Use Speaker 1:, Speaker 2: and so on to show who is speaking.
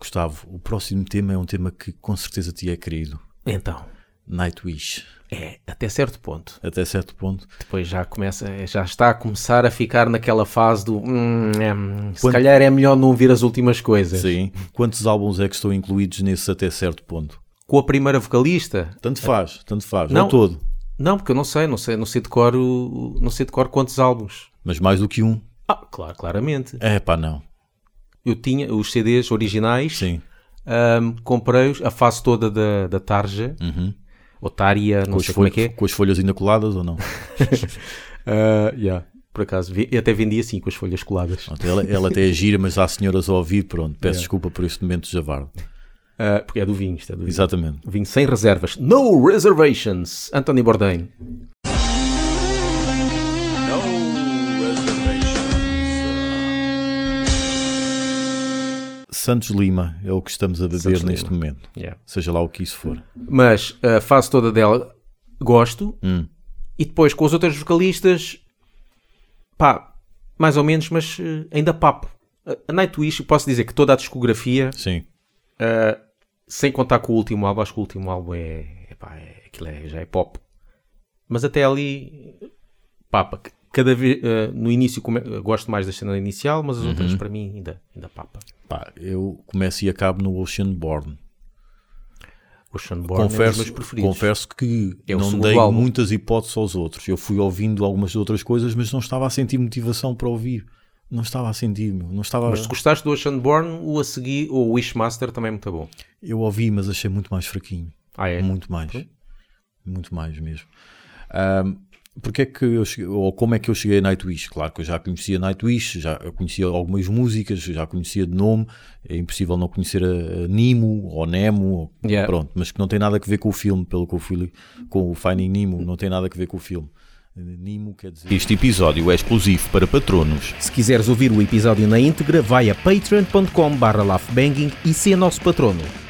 Speaker 1: Gustavo, o próximo tema é um tema que com certeza te é querido.
Speaker 2: Então,
Speaker 1: Nightwish.
Speaker 2: é, até certo ponto.
Speaker 1: Até certo ponto.
Speaker 2: Depois já começa, já está a começar a ficar naquela fase do hum, é, hum, se
Speaker 1: Quando-
Speaker 2: calhar é melhor não ouvir as últimas coisas.
Speaker 1: Sim. Quantos álbuns é que estão incluídos nesse até certo ponto?
Speaker 2: Com a primeira vocalista?
Speaker 1: Tanto faz, tanto faz.
Speaker 2: É. Não.
Speaker 1: Não todo.
Speaker 2: Não, porque eu não sei, não sei, não sei de cor, o- não sei de cor quantos álbuns.
Speaker 1: Mas mais do que um.
Speaker 2: Ah, claro, claramente.
Speaker 1: É pá, não.
Speaker 2: Eu tinha os CDs originais,
Speaker 1: Sim.
Speaker 2: ahm, comprei-os, a fase toda da, da Tarja, ou Tária,
Speaker 1: Uhum.
Speaker 2: não
Speaker 1: Com as,
Speaker 2: sei como é que
Speaker 1: folhas-
Speaker 2: é.
Speaker 1: com as folhas ainda coladas ou não?
Speaker 2: Ah, yeah. Por acaso, vi- eu até vendi assim, com as folhas coladas.
Speaker 1: Pronto, ela, ela até é gira, mas há senhoras a ouvir, pronto.
Speaker 2: É.
Speaker 1: Peço desculpa por este momento de javardo.
Speaker 2: Ah, porque é do vinho, isto é do vinho.
Speaker 1: Exatamente.
Speaker 2: Vinho sem reservas. No reservations. Anthony Bourdain.
Speaker 1: Santos Lima é o que estamos a beber
Speaker 2: Santos
Speaker 1: neste
Speaker 2: Lima.
Speaker 1: momento. Seja lá o que isso for.
Speaker 2: Mas a fase toda dela gosto. E depois com os outros vocalistas, pá, mais ou menos, mas eh, ainda papo. A- A Nightwish, eu posso dizer que toda a discografia,
Speaker 1: Sim.
Speaker 2: sem contar com o último álbum, acho que o último álbum é. é pá, é- aquilo é- já é pop. Mas até ali, papa. Cada vez, eh, no início, come- eu gosto mais da cena inicial, mas as outras para mim ainda, ainda papa.
Speaker 1: Pá, eu começo e acabo no Oceanborn.
Speaker 2: O Sean Bourne é dos
Speaker 1: Confesso,
Speaker 2: meus preferidos.
Speaker 1: confesso que
Speaker 2: É o
Speaker 1: não
Speaker 2: segundo
Speaker 1: dei
Speaker 2: álbum.
Speaker 1: muitas hipóteses aos outros. Eu fui ouvindo algumas outras coisas, mas não estava a sentir motivação para ouvir. Não estava a sentir, meu. Não estava...
Speaker 2: Mas se gostaste do Ocean Born, o a seguir, ou o Wishmaster também é muito bom.
Speaker 1: Eu ouvi, mas achei muito mais fraquinho.
Speaker 2: Ah, é?
Speaker 1: Muito mais. Muito mais mesmo. Ahm, porque é que eu cheguei, ou como é que eu cheguei a Nightwish? Claro que eu já conhecia Nightwish, já eu conhecia algumas músicas, já conhecia de nome, é impossível não conhecer a, a Nemo ou Nemo, ou-
Speaker 2: Yeah.
Speaker 1: pronto, mas que não tem nada a ver com o filme, pelo que eu fui, com o Finding Nemo, não tem nada a ver com o filme. Nemo quer dizer.
Speaker 3: Este episódio é exclusivo para patronos.
Speaker 2: Se quiseres ouvir o episódio na íntegra, vai a patreon.com/lafbanging e se é nosso patrono.